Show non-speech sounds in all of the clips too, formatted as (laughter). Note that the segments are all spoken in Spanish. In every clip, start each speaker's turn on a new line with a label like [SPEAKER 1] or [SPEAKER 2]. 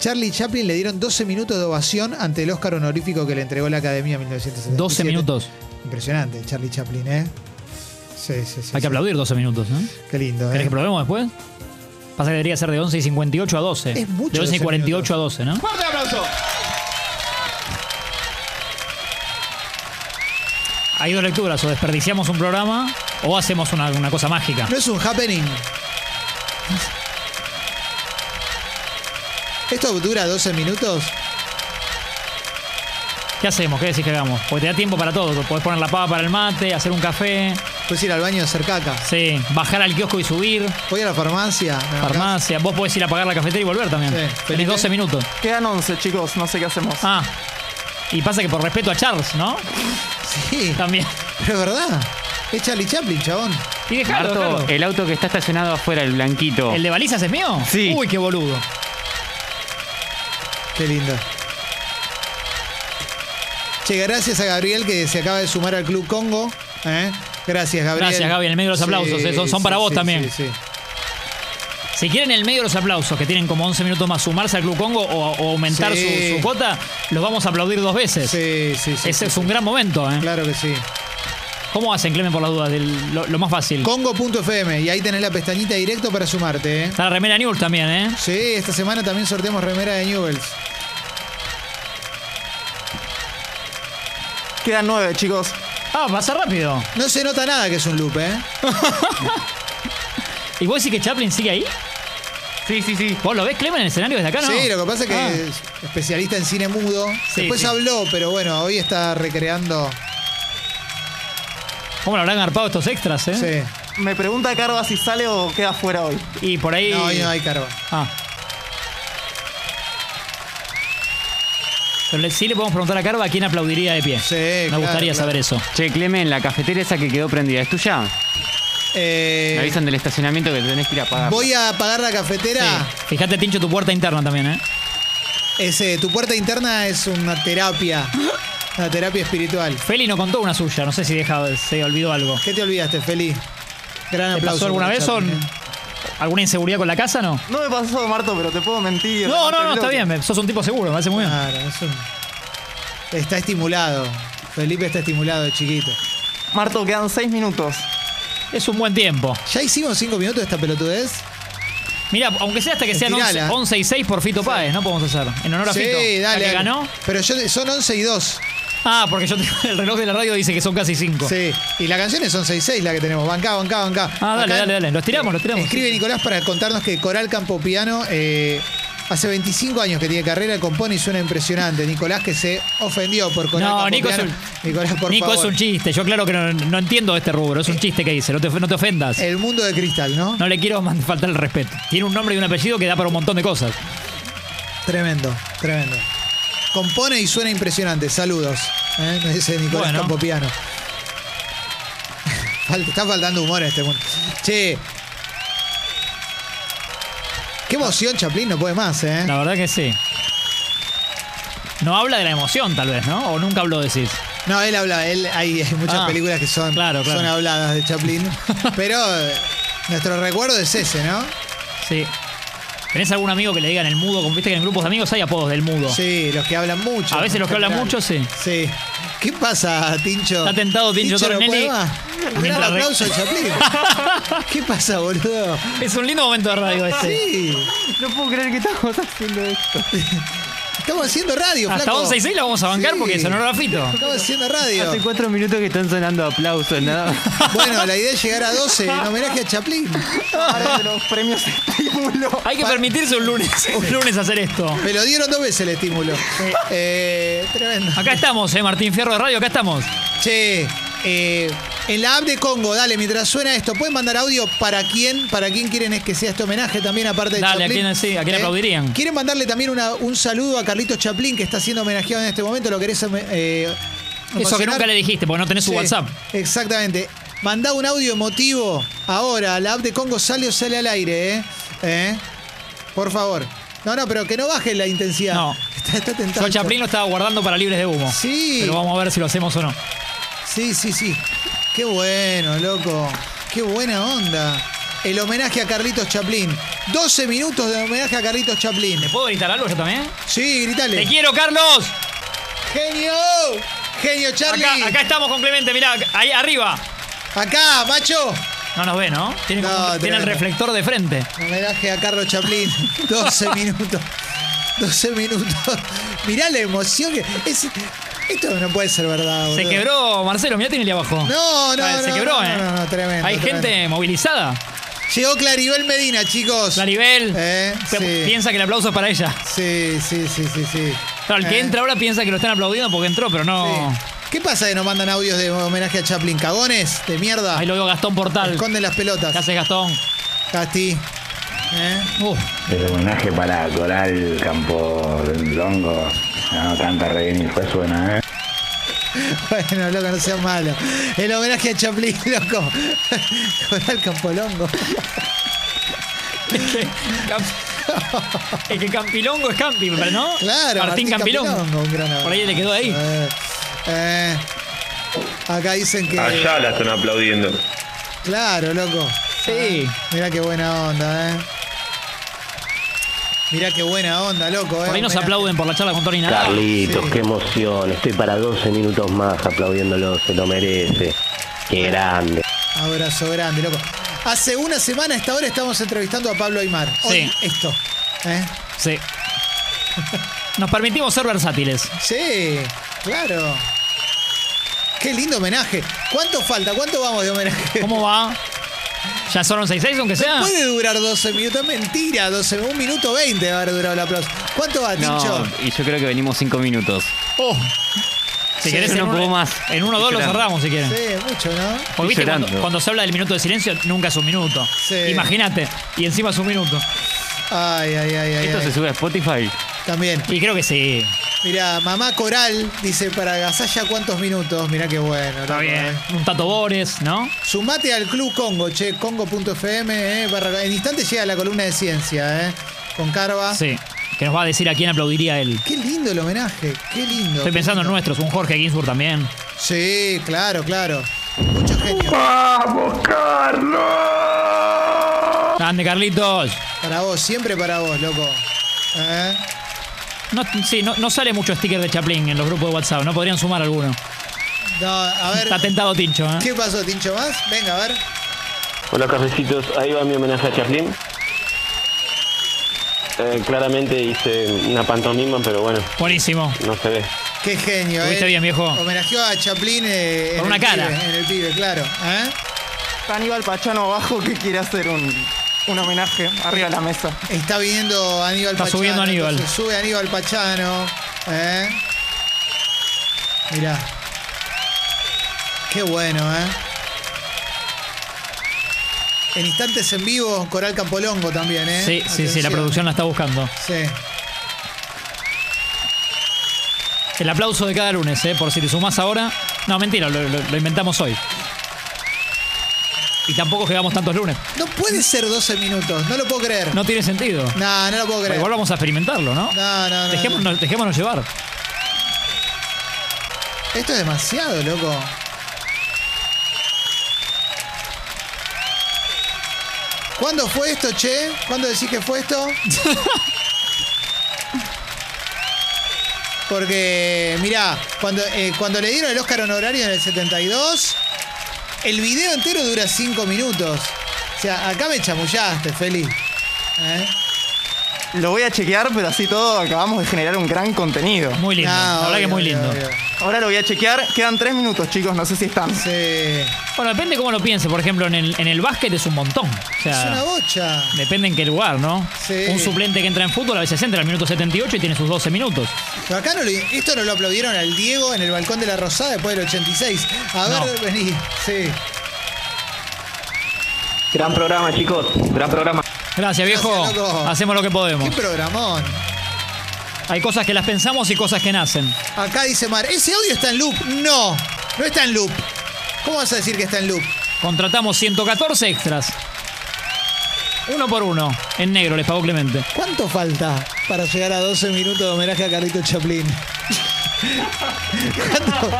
[SPEAKER 1] Charlie Chaplin le dieron 12 minutos de ovación ante el Oscar honorífico que le entregó la Academia en 1977.
[SPEAKER 2] 12 minutos.
[SPEAKER 1] Impresionante, Charlie Chaplin, ¿eh? Sí, sí, sí.
[SPEAKER 2] Hay
[SPEAKER 1] sí.
[SPEAKER 2] que aplaudir 12 minutos, ¿no?
[SPEAKER 1] Qué lindo,
[SPEAKER 2] ¿Querés
[SPEAKER 1] ¿eh?
[SPEAKER 2] que probemos después? Pasa que debería ser de 11 y 58 a 12.
[SPEAKER 1] Es mucho
[SPEAKER 2] De 11 y
[SPEAKER 1] 12
[SPEAKER 2] 48 a 12, ¿no?
[SPEAKER 3] ¡Fuerte aplauso!
[SPEAKER 2] Hay dos lecturas, o desperdiciamos un programa o hacemos una, una cosa mágica.
[SPEAKER 1] No es un happening. ¿Esto dura 12 minutos?
[SPEAKER 2] ¿Qué hacemos? ¿Qué decís que hagamos? Porque te da tiempo para todo. Podés poner la pava para el mate, hacer un café,
[SPEAKER 1] Puedes ir al baño a hacer caca.
[SPEAKER 2] sí, bajar al kiosco y subir,
[SPEAKER 1] Voy a la farmacia. me bancás.
[SPEAKER 2] farmacia. Vos podés ir a pagar la cafetería y volver también.
[SPEAKER 1] Sí.
[SPEAKER 2] Tenés
[SPEAKER 1] Felipe.
[SPEAKER 2] 12 minutos.
[SPEAKER 3] Quedan 11, chicos, no sé qué hacemos.
[SPEAKER 2] Ah. Y pasa que por respeto a Charles, ¿no?
[SPEAKER 1] Sí,
[SPEAKER 2] También.
[SPEAKER 1] pero es verdad. Es Charlie Chaplin, chabón.
[SPEAKER 2] Y dejalo,
[SPEAKER 4] Marto, eh,
[SPEAKER 2] dejalo.
[SPEAKER 4] el auto que está estacionado afuera, el blanquito.
[SPEAKER 2] ¿El de balizas es mío?
[SPEAKER 4] Sí.
[SPEAKER 2] Uy, qué boludo.
[SPEAKER 1] Qué lindo. Che, gracias a Gabriel que se acaba de sumar al Club Congo. ¿eh? Gracias, Gabriel.
[SPEAKER 2] Gracias, Gaby, en el medio de los aplausos, eh, son- son para vos también.
[SPEAKER 1] Sí, sí.
[SPEAKER 2] Si quieren en el medio de los aplausos, que tienen como 11 minutos más, sumarse al Club Congo o, o aumentar
[SPEAKER 1] Sí.
[SPEAKER 2] su, su cuota, los vamos a aplaudir dos veces.
[SPEAKER 1] Sí, sí, sí,
[SPEAKER 2] Ese
[SPEAKER 1] sí,
[SPEAKER 2] es un gran momento, ¿eh?
[SPEAKER 1] Claro que sí.
[SPEAKER 2] ¿Cómo hacen, Clemen, por las dudas? Del- lo, lo más fácil.
[SPEAKER 1] Congo.fm y ahí tenés la pestañita directo para sumarte, ¿eh?
[SPEAKER 2] Está la remera News también, ¿eh?
[SPEAKER 1] Sí, esta semana también sorteamos remera de Newells.
[SPEAKER 3] Quedan 9, chicos.
[SPEAKER 2] Ah, pasa rápido.
[SPEAKER 1] No se nota nada que es un loop, ¿eh?
[SPEAKER 2] ¿Y vos decís que Chaplin sigue ahí?
[SPEAKER 4] Sí, sí, sí.
[SPEAKER 2] ¿Vos lo ves, Clemen, en el escenario desde acá, no?
[SPEAKER 1] Sí, lo que pasa es que
[SPEAKER 2] Ah.
[SPEAKER 1] es especialista en cine mudo.
[SPEAKER 2] Sí,
[SPEAKER 1] Después
[SPEAKER 2] sí. Ah.
[SPEAKER 1] habló, pero bueno, hoy está recreando.
[SPEAKER 2] ¿Cómo lo habrán garpado estos extras, eh?
[SPEAKER 1] Sí.
[SPEAKER 3] Me pregunta Carva si sale o queda fuera hoy.
[SPEAKER 2] Y por ahí.
[SPEAKER 1] No, hoy no hay carva.
[SPEAKER 2] Ah. Pero le- sí le podemos preguntar a Carva a quién aplaudiría de pie.
[SPEAKER 1] Sí,
[SPEAKER 2] Me
[SPEAKER 1] claro,
[SPEAKER 2] gustaría
[SPEAKER 1] claro.
[SPEAKER 2] saber eso.
[SPEAKER 4] Che, Clemen, la cafetera esa que quedó prendida, ¿es tuya?
[SPEAKER 1] Eh,
[SPEAKER 4] Me avisan del estacionamiento que tenés que ir a pagar.
[SPEAKER 1] voy a apagar la cafetera.
[SPEAKER 2] Sí. Fíjate, Tincho, tu puerta interna también, ¿eh?
[SPEAKER 1] Ese, eh, tu puerta interna es una terapia. Una terapia espiritual.
[SPEAKER 2] Feli no contó una suya, no sé si deja, se olvidó algo.
[SPEAKER 1] ¿Qué te olvidaste, Feli? Gran
[SPEAKER 2] ¿Te
[SPEAKER 1] aplauso.
[SPEAKER 2] pasó alguna
[SPEAKER 1] para
[SPEAKER 2] vez o
[SPEAKER 1] Chaplin,
[SPEAKER 2] n-
[SPEAKER 1] ¿eh?
[SPEAKER 2] alguna inseguridad con la casa, no?
[SPEAKER 3] No me pasó, Marto, pero te puedo mentir.
[SPEAKER 2] No, no, no,
[SPEAKER 3] Te
[SPEAKER 2] está
[SPEAKER 3] bloqueo.
[SPEAKER 2] bien, me- sos un tipo seguro, me parece muy bien.
[SPEAKER 1] Claro, es un- Está estimulado. Felipe está estimulado, de chiquito.
[SPEAKER 3] Marto, quedan 6 minutos.
[SPEAKER 2] Es un buen tiempo.
[SPEAKER 1] ¿Ya hicimos cinco minutos de esta pelotudez?
[SPEAKER 2] Mira, aunque sea hasta que sean
[SPEAKER 1] Estirala.
[SPEAKER 2] 11, 11 y 6 por Fito Páez, no podemos hacer. En honor a
[SPEAKER 1] sí,
[SPEAKER 2] Fito.
[SPEAKER 1] dale.
[SPEAKER 2] ya que
[SPEAKER 1] dale.
[SPEAKER 2] ganó.
[SPEAKER 1] Pero yo, son 11 y 2.
[SPEAKER 2] Ah, porque yo tengo- (laughs) el reloj de la radio dice que son casi 5.
[SPEAKER 1] Sí. Y la canción es 11 y 6 la que tenemos. Bancá, bancá, bancá.
[SPEAKER 2] Ah, dale,
[SPEAKER 1] Acá
[SPEAKER 2] dale, dale. Los tiramos, los tiramos.
[SPEAKER 1] Escribe Nicolás para contarnos que Coral Campo Piano eh, hace 25 años que tiene carrera, compone y suena impresionante. Nicolás que se ofendió por Coral
[SPEAKER 2] No,
[SPEAKER 1] Campo
[SPEAKER 2] Nico es
[SPEAKER 1] Piano.
[SPEAKER 2] un-
[SPEAKER 1] Nicolás, por
[SPEAKER 2] Nico,
[SPEAKER 1] favor. Eh.
[SPEAKER 2] es un chiste. Yo, claro que no, no entiendo este rubro. Es un chiste que dice. No te, no te ofendas.
[SPEAKER 1] El mundo de cristal, ¿no?
[SPEAKER 2] No le quiero (laughs) man- faltar el respeto. Tiene un nombre y un apellido que da para un montón de cosas.
[SPEAKER 1] Tremendo, tremendo. Compone y suena impresionante. Saludos. ¿eh? Me dice Nicolás
[SPEAKER 2] Bueno.
[SPEAKER 1] Campopiano. (laughs) Fal- Está faltando humor en este mundo. Che. Qué emoción, Chaplin, no puede más, ¿eh?
[SPEAKER 2] La verdad que sí. No habla de la emoción, tal vez, ¿no? O nunca habló de sí.
[SPEAKER 1] No, él habla, él, hay, hay muchas
[SPEAKER 2] Ah,
[SPEAKER 1] películas que son,
[SPEAKER 2] claro, claro.
[SPEAKER 1] son habladas de Chaplin.
[SPEAKER 2] (laughs)
[SPEAKER 1] pero eh, nuestro recuerdo es ese, ¿no?
[SPEAKER 2] Sí. ¿Tenés algún amigo que le digan el mudo? Como viste que en grupos de amigos hay apodos del mudo.
[SPEAKER 1] Sí, los que hablan mucho.
[SPEAKER 2] Oh. A veces los que
[SPEAKER 1] en
[SPEAKER 2] hablan
[SPEAKER 1] general.
[SPEAKER 2] mucho, sí.
[SPEAKER 1] Sí. ¿Qué pasa, Tincho?
[SPEAKER 2] Está tentado Tincho
[SPEAKER 1] no
[SPEAKER 2] Tornelli.
[SPEAKER 1] puede más. Un gran
[SPEAKER 2] Mientras re-
[SPEAKER 1] aplauso a
[SPEAKER 2] (laughs)
[SPEAKER 1] Chaplin. ¿Qué pasa, boludo?
[SPEAKER 2] Es un lindo momento de radio este.
[SPEAKER 1] Sí.
[SPEAKER 3] No puedo creer que estamos haciendo esto.
[SPEAKER 1] Estamos haciendo radio,
[SPEAKER 2] Hasta
[SPEAKER 1] flaco.
[SPEAKER 2] 11 y 6 la vamos a bancar
[SPEAKER 1] Sí.
[SPEAKER 2] porque es honor a Fito.
[SPEAKER 1] Estamos haciendo radio.
[SPEAKER 2] (laughs)
[SPEAKER 4] Hace cuatro minutos que están sonando aplausos,
[SPEAKER 1] (laughs)
[SPEAKER 4] nada.
[SPEAKER 1] Bueno, la idea es llegar a 12 en homenaje a Chaplin.
[SPEAKER 3] Ahora de los premios estímulo.
[SPEAKER 2] Hay que permitirse un lunes, un lunes hacer esto.
[SPEAKER 1] Me lo dieron dos veces el estímulo. Eh, tremendo.
[SPEAKER 2] Acá estamos, eh, Martín Fierro de Radio, acá estamos.
[SPEAKER 1] Che, eh, en la app de Congo, dale, mientras suena esto, ¿pueden mandar audio para quién? ¿Para quién quieren es que sea este homenaje también, aparte de
[SPEAKER 2] Dale, ¿a
[SPEAKER 1] Chaplin? ¿Eh?
[SPEAKER 2] quién- sí, a quién aplaudirían?
[SPEAKER 1] ¿Quieren mandarle también una- un saludo a Carlitos Chaplin, que está siendo homenajeado en este momento? ¿Lo querés eh,
[SPEAKER 2] Eso que
[SPEAKER 1] emocionar?
[SPEAKER 2] nunca le dijiste, porque no tenés su
[SPEAKER 1] Sí,
[SPEAKER 2] WhatsApp.
[SPEAKER 1] Exactamente. Mandá un audio emotivo ahora. La app de Congo sale o sale al aire, ¿eh? ¿Eh? Por favor. No, no, pero que no baje la intensidad.
[SPEAKER 2] No.
[SPEAKER 1] (laughs) Está, está tentado.
[SPEAKER 2] Yo Chaplin lo estaba guardando para libres de humo.
[SPEAKER 1] Sí.
[SPEAKER 2] Pero vamos a ver si lo hacemos o no.
[SPEAKER 1] Sí, sí, sí. Qué bueno, loco. Qué buena onda. El homenaje a Carlitos Chaplin. 12 minutos de homenaje a Carlitos Chaplin.
[SPEAKER 2] ¿Puedo gritar algo yo también?
[SPEAKER 1] Sí,
[SPEAKER 2] ¡Te
[SPEAKER 1] gritale.
[SPEAKER 2] quiero, Carlos!
[SPEAKER 1] ¡Genio! ¡Genio Charlie!
[SPEAKER 2] Acá, acá estamos con Clemente, mirá, ahí arriba.
[SPEAKER 1] Acá, macho.
[SPEAKER 2] No nos ve, ¿no? Tiene,
[SPEAKER 1] No,
[SPEAKER 2] como- tiene
[SPEAKER 1] tremendo.
[SPEAKER 2] el reflector de frente.
[SPEAKER 1] Homenaje a Carlos Chaplin. (laughs) 12 minutos. 12 minutos. Mirá la emoción que. es- esto no puede ser verdad,
[SPEAKER 2] Se
[SPEAKER 1] boludo.
[SPEAKER 2] quebró, Marcelo, mirá, tiene el abajo.
[SPEAKER 1] No, no,
[SPEAKER 2] Ah,
[SPEAKER 1] no.
[SPEAKER 2] Se quebró,
[SPEAKER 1] no,
[SPEAKER 2] ¿eh?
[SPEAKER 1] No, no, tremendo.
[SPEAKER 2] Hay
[SPEAKER 1] tremendo.
[SPEAKER 2] gente movilizada.
[SPEAKER 1] Llegó Claribel Medina, chicos.
[SPEAKER 2] Claribel
[SPEAKER 1] Eh,
[SPEAKER 2] pe-
[SPEAKER 1] sí.
[SPEAKER 2] piensa que el aplauso es para ella.
[SPEAKER 1] Sí, sí, sí, sí, sí.
[SPEAKER 2] Claro, el que
[SPEAKER 1] Eh,
[SPEAKER 2] entra ahora piensa que lo están aplaudiendo porque entró, pero
[SPEAKER 1] sí.
[SPEAKER 2] no.
[SPEAKER 1] ¿Qué pasa que nos mandan audios de homenaje a Chaplin? ¿Cagones? ¿De mierda?
[SPEAKER 2] Ah. Ahí lo veo Gastón Portal.
[SPEAKER 1] Esconden las pelotas.
[SPEAKER 2] ¿Qué haces, Gastón? Uh,
[SPEAKER 1] Casti. ¿Eh? (laughs)
[SPEAKER 2] Uf,
[SPEAKER 5] El homenaje para Coral Campo Longo. No, canta re bien y fue suena, ¿eh?
[SPEAKER 1] Bueno, loco, no seas malo. El homenaje a Chaplin, (laughs) loco. Coral Campolongo.
[SPEAKER 2] es que,
[SPEAKER 1] (laughs)
[SPEAKER 2] Camp- es que Campilongo es Campi, pero ¿no?
[SPEAKER 1] Claro,
[SPEAKER 2] Martín, Campilongo.
[SPEAKER 1] un gran abrazo.
[SPEAKER 2] Por ahí le quedó ahí.
[SPEAKER 1] Eh, eh, acá dicen que.
[SPEAKER 6] Allá la están aplaudiendo.
[SPEAKER 1] Claro, loco. Ah,
[SPEAKER 2] Sí.
[SPEAKER 1] Mirá qué buena onda, eh. Mirá qué buena onda, loco, eh.
[SPEAKER 2] Por ahí nos
[SPEAKER 1] Homenaje.
[SPEAKER 2] aplauden por la charla con Tony Nadal.
[SPEAKER 7] Carlitos,
[SPEAKER 1] Sí.
[SPEAKER 7] qué emoción. Estoy para 12 minutos más aplaudiéndolo. Se lo merece. Qué grande.
[SPEAKER 1] Abrazo grande, loco. Hace una semana a esta hora estamos entrevistando a Pablo Aymar. Hoy,
[SPEAKER 2] Sí.
[SPEAKER 1] Esto. ¿eh?
[SPEAKER 2] Sí. Nos permitimos ser versátiles.
[SPEAKER 1] Sí, claro. Qué lindo homenaje. ¿Cuánto falta? ¿Cuánto vamos de homenaje? (laughs)
[SPEAKER 2] ¿Cómo va? ¿Ya son 6-6 aunque sea?
[SPEAKER 1] Puede durar 12 minutos, es mentira, 12, un minuto 20 debe haber durado el aplauso. ¿Cuánto va, Tincho?
[SPEAKER 4] No, y yo creo que venimos cinco minutos.
[SPEAKER 2] Oh. Si
[SPEAKER 1] Sí,
[SPEAKER 2] querés,
[SPEAKER 4] yo
[SPEAKER 2] en
[SPEAKER 4] no puedo
[SPEAKER 2] uno,
[SPEAKER 4] más.
[SPEAKER 2] En 1 2 lo
[SPEAKER 4] Esperando.
[SPEAKER 2] cerramos si quieren.
[SPEAKER 1] Sí, mucho, ¿no?
[SPEAKER 2] Porque viste,
[SPEAKER 4] Estoy
[SPEAKER 2] cuando,
[SPEAKER 4] llorando.
[SPEAKER 2] cuando se habla del minuto de silencio, nunca es un minuto.
[SPEAKER 1] Sí.
[SPEAKER 2] Imagínate. Y encima es un minuto.
[SPEAKER 1] Ay, ay, ay, ay.
[SPEAKER 4] Esto
[SPEAKER 1] ay.
[SPEAKER 4] se sube a Spotify.
[SPEAKER 1] También.
[SPEAKER 2] Y creo que sí.
[SPEAKER 1] Mirá, mamá coral dice para Gasalla cuántos minutos. Mirá qué bueno.
[SPEAKER 2] Está
[SPEAKER 1] loco,
[SPEAKER 2] bien.
[SPEAKER 1] eh.
[SPEAKER 2] Un Tato Bores, ¿no?
[SPEAKER 1] Sumate al Club Congo, che, congo.fm. Eh, barra- en instante llega la columna de ciencia, ¿eh? Con Carva.
[SPEAKER 2] Sí. Que nos va a decir a quién aplaudiría él.
[SPEAKER 1] Qué lindo el homenaje, qué lindo.
[SPEAKER 2] Estoy pensando en
[SPEAKER 1] Qué lindo.
[SPEAKER 2] nuestros, un Jorge Ginsburg también.
[SPEAKER 1] Sí, claro, claro. Mucho genio.
[SPEAKER 2] Grande, Carlitos.
[SPEAKER 1] Para vos, siempre para vos, loco. ¿Eh?
[SPEAKER 2] No, sí, no, no sale mucho sticker de Chaplin en los grupos de WhatsApp. No podrían sumar alguno.
[SPEAKER 1] No, a ver.
[SPEAKER 2] Está tentado Tincho, ¿eh?
[SPEAKER 1] ¿Qué pasó, Tincho más? Venga, a ver.
[SPEAKER 8] Hola cafecitos, ahí va mi homenaje a Chaplin. Eh, claramente hice una pantomima, pero bueno,
[SPEAKER 2] Buenísimo.
[SPEAKER 8] no se ve.
[SPEAKER 1] Qué genio,
[SPEAKER 2] Estuviste
[SPEAKER 1] eh.
[SPEAKER 2] bien, viejo.
[SPEAKER 1] Homenajeó a Chaplin eh, en
[SPEAKER 2] Con una
[SPEAKER 1] el
[SPEAKER 2] cara.
[SPEAKER 1] pibe, en el pibe, claro. ¿Eh?
[SPEAKER 3] Aníbal Pachano abajo que quiere hacer un, un homenaje arriba de la mesa.
[SPEAKER 1] Está viniendo Aníbal
[SPEAKER 2] Está
[SPEAKER 1] Pachano.
[SPEAKER 2] subiendo Aníbal.
[SPEAKER 1] entonces Sube Aníbal Pachano. ¿eh? Mirá. Qué bueno, ¿eh? En instantes en vivo, Coral Campolongo también, ¿eh?
[SPEAKER 2] Sí, sí, sí, la
[SPEAKER 1] Atención.
[SPEAKER 2] producción la está buscando.
[SPEAKER 1] Sí.
[SPEAKER 2] El aplauso de cada lunes, ¿eh? Por si te sumás ahora. No, mentira, lo, lo- lo inventamos hoy. Y tampoco llegamos tantos lunes.
[SPEAKER 1] No puede ser 12 minutos, no lo puedo creer. No,
[SPEAKER 2] No tiene sentido.
[SPEAKER 1] no, lo puedo
[SPEAKER 2] Pero
[SPEAKER 1] creer.
[SPEAKER 2] Igual
[SPEAKER 1] No,
[SPEAKER 2] vamos a experimentarlo, ¿no?
[SPEAKER 1] no, no, no.
[SPEAKER 2] Dejémonos, dejémonos llevar.
[SPEAKER 1] Esto es demasiado, loco. ¿Cuándo fue esto, che? ¿Cuándo decís que fue
[SPEAKER 2] (laughs)
[SPEAKER 1] esto? Porque, mirá, cuando, eh, cuando le dieron el Oscar honorario en el 72, el video entero dura 5 minutos. O sea, acá me chamullaste, Feli. ¿Eh?
[SPEAKER 3] Lo voy a chequear, pero así todo acabamos de generar un gran contenido.
[SPEAKER 2] Muy lindo.
[SPEAKER 1] No,
[SPEAKER 2] la verdad que
[SPEAKER 1] obvio,
[SPEAKER 2] muy lindo.
[SPEAKER 1] obvio, obvio.
[SPEAKER 3] Ahora lo voy a chequear. Quedan tres minutos, chicos. No sé si están.
[SPEAKER 1] Sí.
[SPEAKER 2] Bueno, depende cómo lo piense. Por ejemplo, en el, en el básquet es un montón. O
[SPEAKER 1] Es una
[SPEAKER 2] sea,
[SPEAKER 1] bocha.
[SPEAKER 2] depende en qué lugar, ¿no?
[SPEAKER 1] Sí.
[SPEAKER 2] Un suplente que entra en fútbol a veces entra al minuto 78 y tiene sus 12 minutos.
[SPEAKER 1] Pero acá no lo- esto no lo aplaudieron al Diego en el balcón de la Rosada después del 86. A ver,
[SPEAKER 2] No.
[SPEAKER 1] vení. Sí.
[SPEAKER 8] Gran programa, chicos, gran programa.
[SPEAKER 2] Gracias, viejo.
[SPEAKER 1] Gracias, loco.
[SPEAKER 2] Hacemos lo que podemos.
[SPEAKER 1] Qué programón.
[SPEAKER 2] Hay cosas que las pensamos y cosas que nacen.
[SPEAKER 1] Acá dice Mar, ¿ese audio está en loop? No, no está en loop. ¿Cómo vas a decir que está en loop?
[SPEAKER 2] Contratamos 114 extras. Uno por uno. En negro les pagó Clemente.
[SPEAKER 1] ¿Cuánto falta para llegar a 12 minutos de homenaje a Carlito Chaplin? ¿Cuánto?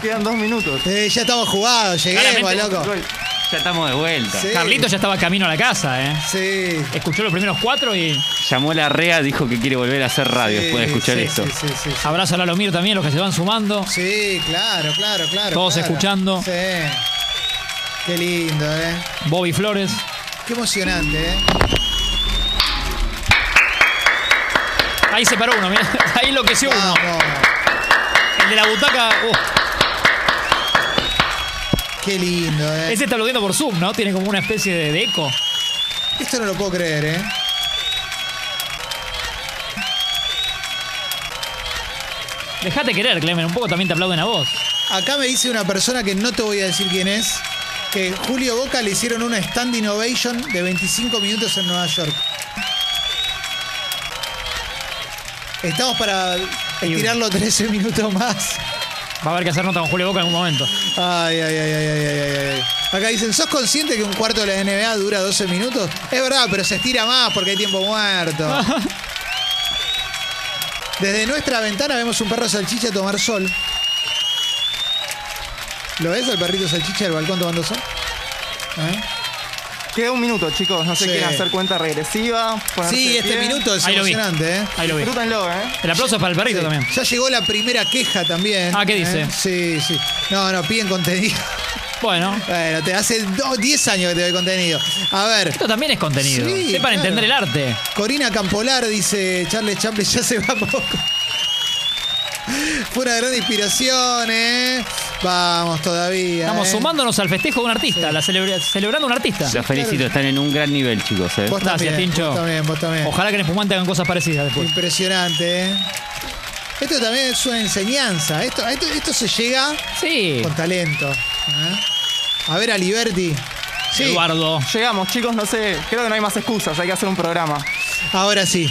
[SPEAKER 3] Quedan dos minutos.
[SPEAKER 1] Eh, ya estamos jugados, lleguemos,
[SPEAKER 2] Claramente,
[SPEAKER 1] loco.
[SPEAKER 3] Gol.
[SPEAKER 4] Ya estamos de vuelta.
[SPEAKER 1] Oh. Sí.
[SPEAKER 2] Carlito ya estaba camino a la casa, ¿eh?
[SPEAKER 1] Sí.
[SPEAKER 2] Escuchó los primeros cuatro y
[SPEAKER 4] Llamó la REA, dijo que quiere volver a hacer radio
[SPEAKER 1] Sí,
[SPEAKER 4] después de escuchar
[SPEAKER 1] sí,
[SPEAKER 4] esto.
[SPEAKER 1] Sí, sí, sí, sí.
[SPEAKER 2] abrazo a Lalomir también, los que se van sumando.
[SPEAKER 1] Sí, claro, claro, claro.
[SPEAKER 2] Todos
[SPEAKER 1] claro.
[SPEAKER 2] escuchando.
[SPEAKER 1] Sí. Qué lindo, ¿eh?
[SPEAKER 2] Bobby Flores.
[SPEAKER 1] Qué emocionante, ¿eh?
[SPEAKER 2] Ahí se paró uno, mirá. (laughs) Ahí enloqueció uno.
[SPEAKER 1] Vamos.
[SPEAKER 2] El de la butaca. uh,
[SPEAKER 1] Qué lindo, ¿eh?
[SPEAKER 2] ese está aplaudiendo por Zoom, ¿no? Tiene como una especie de, de eco.
[SPEAKER 1] Esto no lo puedo creer, ¿eh?
[SPEAKER 2] Dejate querer, Clemen, un poco también te aplauden a vos.
[SPEAKER 1] Acá me dice una persona que no te voy a decir quién es, que Julio Boca le hicieron una standing ovation de 25 minutos en Nueva York. Estamos para estirarlo 13 minutos más.
[SPEAKER 2] Va a haber que hacer nota con Julio Boca en algún momento.
[SPEAKER 1] Ay, ay, ay, ay, ay, ay, ay, ay. Acá dicen, ¿sos consciente que un cuarto de la NBA dura 12 minutos? Es verdad, pero se estira más porque hay tiempo muerto.
[SPEAKER 2] (laughs)
[SPEAKER 1] Desde nuestra ventana vemos un perro salchicha tomar sol. ¿Lo ves al perrito salchicha del balcón tomando sol? ¿Eh?
[SPEAKER 3] Queda un minuto, chicos. No sé
[SPEAKER 1] Sí.
[SPEAKER 3] quieren hacer cuenta regresiva. ponerse
[SPEAKER 1] Sí,
[SPEAKER 3] de
[SPEAKER 1] este
[SPEAKER 3] pie.
[SPEAKER 1] minuto es
[SPEAKER 2] Ahí lo vi.
[SPEAKER 1] emocionante, ¿eh?
[SPEAKER 2] Ahí lo vi.
[SPEAKER 3] Disfrútenlo, ¿eh?
[SPEAKER 2] El aplauso es para el perrito
[SPEAKER 1] Sí.
[SPEAKER 2] también.
[SPEAKER 1] Ya llegó la primera queja también.
[SPEAKER 2] Ah, ¿qué
[SPEAKER 1] ¿eh?
[SPEAKER 2] dice?
[SPEAKER 1] Sí, sí. No, no, piden contenido. (laughs)
[SPEAKER 2] Bueno,
[SPEAKER 1] Bueno, te hace do- 10 años que te doy contenido. A ver,
[SPEAKER 2] esto también es contenido.
[SPEAKER 1] Sí,
[SPEAKER 2] es para
[SPEAKER 1] claro.
[SPEAKER 2] entender el arte.
[SPEAKER 1] Corina Campolar dice, Charles Chaplin ya se va poco. (laughs) Fue una gran inspiración, ¿eh? Vamos todavía.
[SPEAKER 2] Estamos
[SPEAKER 1] ¿eh?
[SPEAKER 2] sumándonos al festejo de un artista, la celebra- celebrando a un artista.
[SPEAKER 4] Los felicito, están en un gran nivel, chicos. ¿eh?
[SPEAKER 1] Vos
[SPEAKER 2] Gracias,
[SPEAKER 1] también,
[SPEAKER 2] Tincho.
[SPEAKER 1] Vos también, vos también.
[SPEAKER 2] Ojalá que en Espumante hagan cosas parecidas después.
[SPEAKER 1] Impresionante, ¿eh? Esto también es una enseñanza. Esto, esto, esto se llega
[SPEAKER 2] Sí,
[SPEAKER 1] con talento. ¿eh? A ver a Liberty. Sí,
[SPEAKER 2] Eduardo.
[SPEAKER 3] Llegamos, chicos. No sé. Creo que no hay más excusas. Hay que hacer un programa.
[SPEAKER 1] ahora sí.